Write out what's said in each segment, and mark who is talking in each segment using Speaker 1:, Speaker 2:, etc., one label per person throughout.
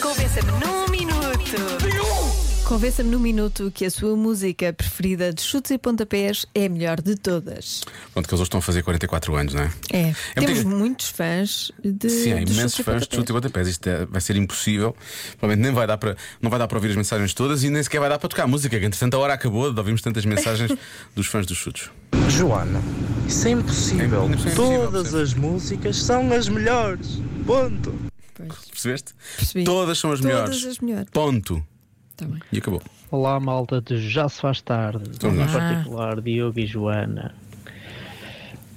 Speaker 1: Convença-me num minuto.
Speaker 2: Convença-me num minuto que a sua música preferida de chutes e pontapés é a melhor de todas.
Speaker 3: Pronto, que eles hoje estão a fazer 44 anos, não é?
Speaker 2: É. Temos
Speaker 3: muito-
Speaker 2: muitos fãs de.
Speaker 3: Sim, há
Speaker 2: de
Speaker 3: imensos
Speaker 2: chutes e
Speaker 3: fãs de
Speaker 2: pontapés.
Speaker 3: chute e pontapés. Isto é- vai ser impossível. Provavelmente nem vai dar para, não vai dar para ouvir as mensagens todas e nem sequer vai dar para tocar a música, que entretanto a hora acabou de ouvirmos tantas mensagens dos fãs dos chutes.
Speaker 4: Joana, isso é impossível.
Speaker 3: É impossível,
Speaker 4: Todas
Speaker 3: percebes?
Speaker 4: as músicas são as melhores. Ponto.
Speaker 2: Pois,
Speaker 3: Percebeste?
Speaker 2: percebi.
Speaker 3: Todas são as
Speaker 2: Todas
Speaker 3: melhores.
Speaker 2: as melhores.
Speaker 3: Ponto.
Speaker 2: Tá bem.
Speaker 3: E acabou.
Speaker 5: Olá, malta de Já Se Faz Tarde,
Speaker 3: Então Vamos lá.
Speaker 5: em particular Diogo e Joana.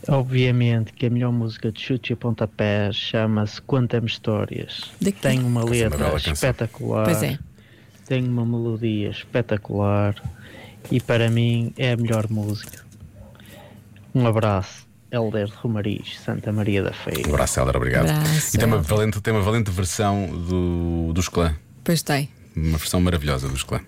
Speaker 5: Obviamente que a melhor música de chutes e pontapés chama-se Quantas Histórias.
Speaker 2: De quê?
Speaker 5: Tem uma
Speaker 3: Essa é uma
Speaker 5: letra
Speaker 3: bela canção. Ah.
Speaker 5: espetacular,
Speaker 2: Pois é.
Speaker 5: tem uma melodia espetacular e para mim é a melhor música. Um abraço, Helder de Romariz, Santa Maria da
Speaker 3: Um
Speaker 5: Feira.
Speaker 3: abraço, Helder, obrigado.
Speaker 2: Abraço,
Speaker 3: e tem uma,
Speaker 2: Helder.
Speaker 3: valente, tem uma valente versão do, dos clã.
Speaker 2: Pois tem.
Speaker 3: Uma versão maravilhosa dos clã.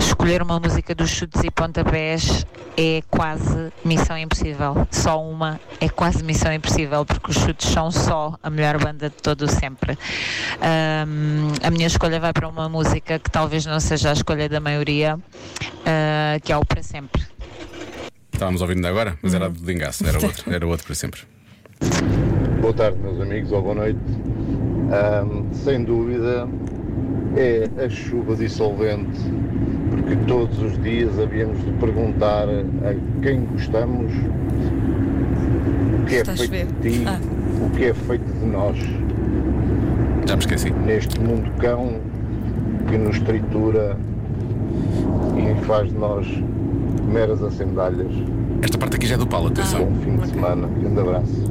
Speaker 6: Escolher uma música dos chutes e pontapés é quase missão impossível. Só uma é quase missão impossível, porque os chutes são só a melhor banda de todo o sempre. Ahm, a minha escolha vai para uma música que talvez não seja a escolha da maioria, ah, que é o Para Sempre.
Speaker 3: Estávamos ouvindo ainda agora, mas
Speaker 2: Uhum.
Speaker 3: era do Lingaço, não era outro, era outro para sempre.
Speaker 7: Boa tarde, meus amigos, ou boa noite. Ahm, sem dúvida, é a chuva dissolvente, porque todos os dias havíamos de perguntar a quem gostamos o que é
Speaker 2: Está a
Speaker 7: feito
Speaker 2: chover.
Speaker 7: de ti,
Speaker 2: Ah.
Speaker 7: o que é feito de nós,
Speaker 3: Já me esqueci.
Speaker 7: neste mundo cão que nos tritura e faz de nós meras acendalhas.
Speaker 3: Esta parte aqui já é do Paulo,
Speaker 2: Tá.
Speaker 3: atenção.
Speaker 2: Ah.
Speaker 7: Bom fim de semana, grande abraço.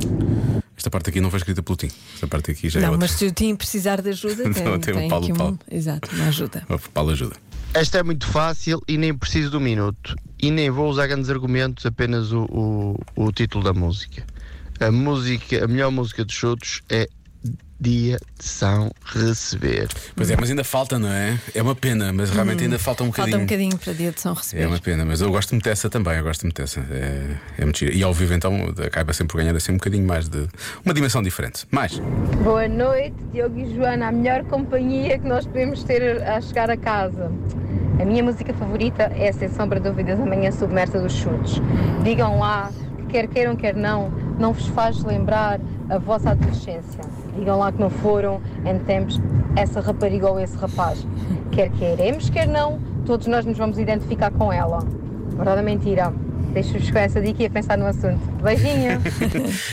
Speaker 3: Esta parte aqui não foi escrita pelo Tim. Esta parte aqui já é
Speaker 2: Não,
Speaker 3: outra.
Speaker 2: mas se o Tim precisar de ajuda, tem,
Speaker 3: Não, tem o
Speaker 2: tem
Speaker 3: Paulo
Speaker 2: aqui um-
Speaker 3: Paulo. Um
Speaker 2: Exato, uma ajuda.
Speaker 3: O Paulo ajuda.
Speaker 8: Esta é muito fácil e nem preciso do minuto. E nem vou usar grandes argumentos, apenas o, o- o título da música. A música, a melhor música de chutos é Dia de São Receber.
Speaker 3: Pois é, mas ainda falta, não é? É uma pena, mas realmente ainda falta um bocadinho.
Speaker 2: Falta um bocadinho para dia de São Receber.
Speaker 3: É uma pena, mas eu gosto muito dessa também, eu gosto muito dessa. É, é mentira. E ao vivo então acaba sempre por ganhar assim um bocadinho mais de. uma dimensão diferente. Mais.
Speaker 9: Boa noite, Diogo e Joana, a melhor companhia que nós podemos ter a chegar a casa. A minha música favorita é, sem sombra de dúvidas, a manhã submersa dos chutes. Digam lá que quer queiram, quer não, não vos faz lembrar a vossa adolescência. Digam lá que não foram, em tempos, essa rapariga ou esse rapaz. Quer queremos, quer não, todos nós nos vamos identificar com ela. Verdade ou mentira? Deixo-vos com essa dica e a pensar no assunto. Beijinho!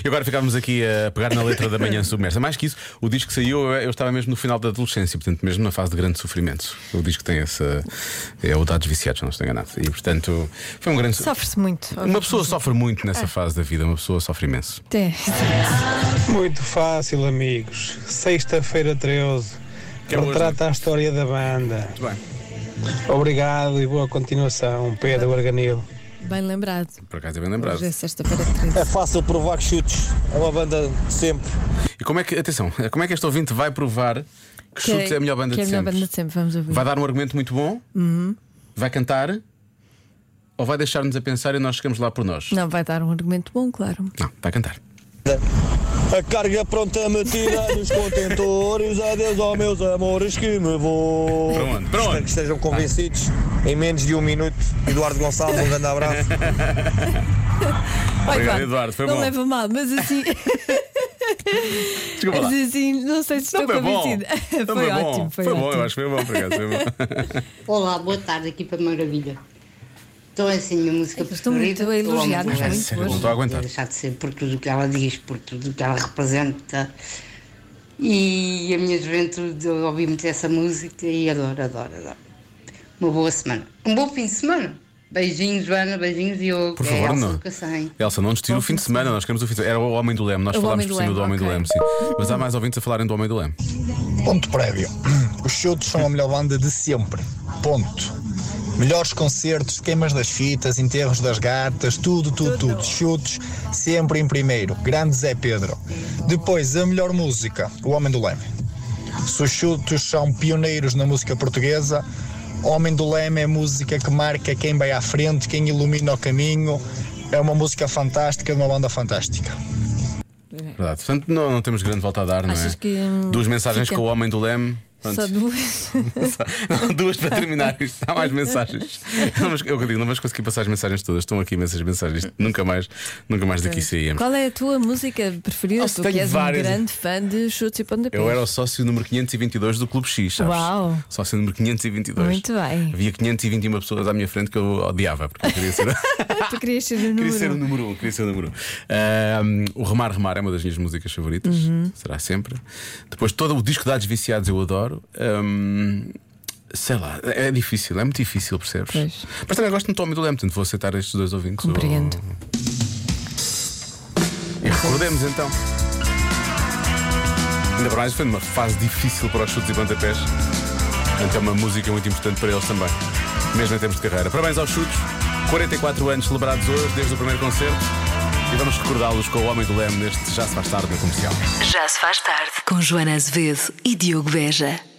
Speaker 3: E agora ficávamos aqui a pegar na letra da manhã submersa. Mais que isso, o disco que saiu, eu eu estava mesmo no final da adolescência, portanto, mesmo na fase de grande sofrimento. O disco tem essa. É o Dados Viciados, não estou enganado. E portanto, foi um grande. so-
Speaker 2: Sofre-se muito.
Speaker 3: Uma pessoa sofre muito nessa fase da vida, uma pessoa sofre imenso.
Speaker 2: Tem.
Speaker 10: Muito fácil, amigos. Sexta-feira 13.
Speaker 3: Que é hoje,
Speaker 10: Retrata a história da banda.
Speaker 3: Muito bem.
Speaker 10: Obrigado e boa continuação, Pedro Arganil.
Speaker 2: Bem lembrado.
Speaker 3: Por acaso é bem lembrado.
Speaker 2: Hoje é sexta-feira 13.
Speaker 10: fácil provar que chutes. É uma banda de sempre.
Speaker 3: E como é que, atenção, como é que este ouvinte vai provar que, Chutes é a melhor banda
Speaker 2: que
Speaker 3: de
Speaker 2: é a melhor banda
Speaker 3: sempre?
Speaker 2: de sempre, Uhum. vamos ouvir.
Speaker 3: Vai dar um argumento muito bom? Vai cantar? Ou vai deixar-nos a pensar e nós chegamos lá por nós?
Speaker 2: Não, vai dar um argumento bom, claro.
Speaker 3: Não, vai cantar.
Speaker 4: A carga pronta me tira dos contentores. Adeus, ó meus amores, que me vou.
Speaker 3: Para onde? Para onde? Tá.
Speaker 4: Espero que estejam convencidos em menos de um minuto. Eduardo Gonçalves, um grande abraço.
Speaker 2: Vai,
Speaker 3: Obrigado,
Speaker 2: vai.
Speaker 3: Eduardo, foi
Speaker 2: não
Speaker 3: bom.
Speaker 2: leva mal, mas assim,
Speaker 3: Desculpa lá.
Speaker 2: mas assim não sei se estou
Speaker 3: Não foi bom.
Speaker 2: convencida.
Speaker 3: Não foi bom.
Speaker 2: ótimo, foi,
Speaker 3: Foi
Speaker 2: ótimo.
Speaker 3: bom, eu acho que foi bom, por acaso. Foi bom.
Speaker 11: Olá, boa tarde, equipa maravilha. Então é assim, a minha música
Speaker 2: Eles estão muito
Speaker 11: preferida.
Speaker 2: a elogiar-nos
Speaker 11: Amo
Speaker 2: muito hoje.
Speaker 3: Não estou a
Speaker 11: Não vou
Speaker 3: aguentar.
Speaker 11: deixar de ser por tudo o que ela diz, por tudo o que ela representa. E a minha juventude, eu ouvi é muito essa música e adoro, adoro, adoro. Uma boa semana. Um bom fim de semana. Beijinhos, Joana, beijinhos, Diogo.
Speaker 3: Por
Speaker 11: É
Speaker 3: favor,
Speaker 11: Elsa
Speaker 3: não.
Speaker 11: Lucasem.
Speaker 3: Elsa, não nos tire o fim de semana, nós queremos o fim de semana. Era o Homem do Leme, nós
Speaker 2: O
Speaker 3: falámos
Speaker 2: Homem do
Speaker 3: por cima do
Speaker 2: Leme,
Speaker 3: Homem do
Speaker 2: ok.
Speaker 3: Leme, sim. Mas há mais ouvintes a falarem do Homem do Leme.
Speaker 4: Ponto prévio. Os chutes são a melhor banda de sempre. Ponto. Melhores concertos, queimas das fitas, enterros das gatas, tudo, tudo, tudo. Chutes, sempre em primeiro. Grande Zé Pedro. Depois, a melhor música, O Homem do Leme. Se os chutos são pioneiros na música portuguesa, Homem do Leme é música que marca quem vai à frente, quem ilumina o caminho. É uma música fantástica de uma banda fantástica.
Speaker 3: verdade. Portanto, não, não temos grande volta a dar, não
Speaker 2: Achas
Speaker 3: é?
Speaker 2: que, hum,
Speaker 3: Duas mensagens
Speaker 2: fica-
Speaker 3: com o homem do leme. Pronto.
Speaker 2: Só duas.
Speaker 3: Não, duas para terminar isto. Há mais mensagens. Eu, não- eu digo, não vamos conseguir passar as mensagens todas. Estão aqui imensas mensagens. Nunca mais, nunca mais daqui saíamos.
Speaker 2: Qual é a tua música preferida?
Speaker 3: Nossa,
Speaker 2: tu
Speaker 3: tenho
Speaker 2: que és
Speaker 3: várias.
Speaker 2: um grande fã de chutes e pontapés.
Speaker 3: Eu era o sócio número 522 do Clube X, sabes?
Speaker 2: é? Uau.
Speaker 3: Sócio número 522.
Speaker 2: Muito bem.
Speaker 3: Havia 521 pessoas à minha frente que eu odiava, porque eu queria ser.
Speaker 2: Tu querias ser o número.
Speaker 3: Queria ser o
Speaker 2: um.
Speaker 3: número um, queria ser o número um. Ahm, o Remar Remar é uma das minhas músicas favoritas,
Speaker 2: Uhum.
Speaker 3: será sempre. Depois todo o disco de Dados Viciados eu adoro. Ahm, sei lá, é difícil, é muito difícil, percebes?
Speaker 2: Pois.
Speaker 3: Mas também gosto de Tommy do Leme, portanto vou aceitar estes dois ouvintes.
Speaker 2: Compreendo.
Speaker 3: E recordemos então. Ainda para mais foi numa fase difícil para os chutes e pontapés. Portanto, é uma música muito importante para eles também, mesmo em termos de carreira. Parabéns aos chutes, 44 anos celebrados hoje, desde o primeiro concerto. E vamos recordá-los com o Homem do Leme neste Já Se Faz Tarde no comercial.
Speaker 1: Já se faz tarde com Joana Azevedo e Diogo Beja.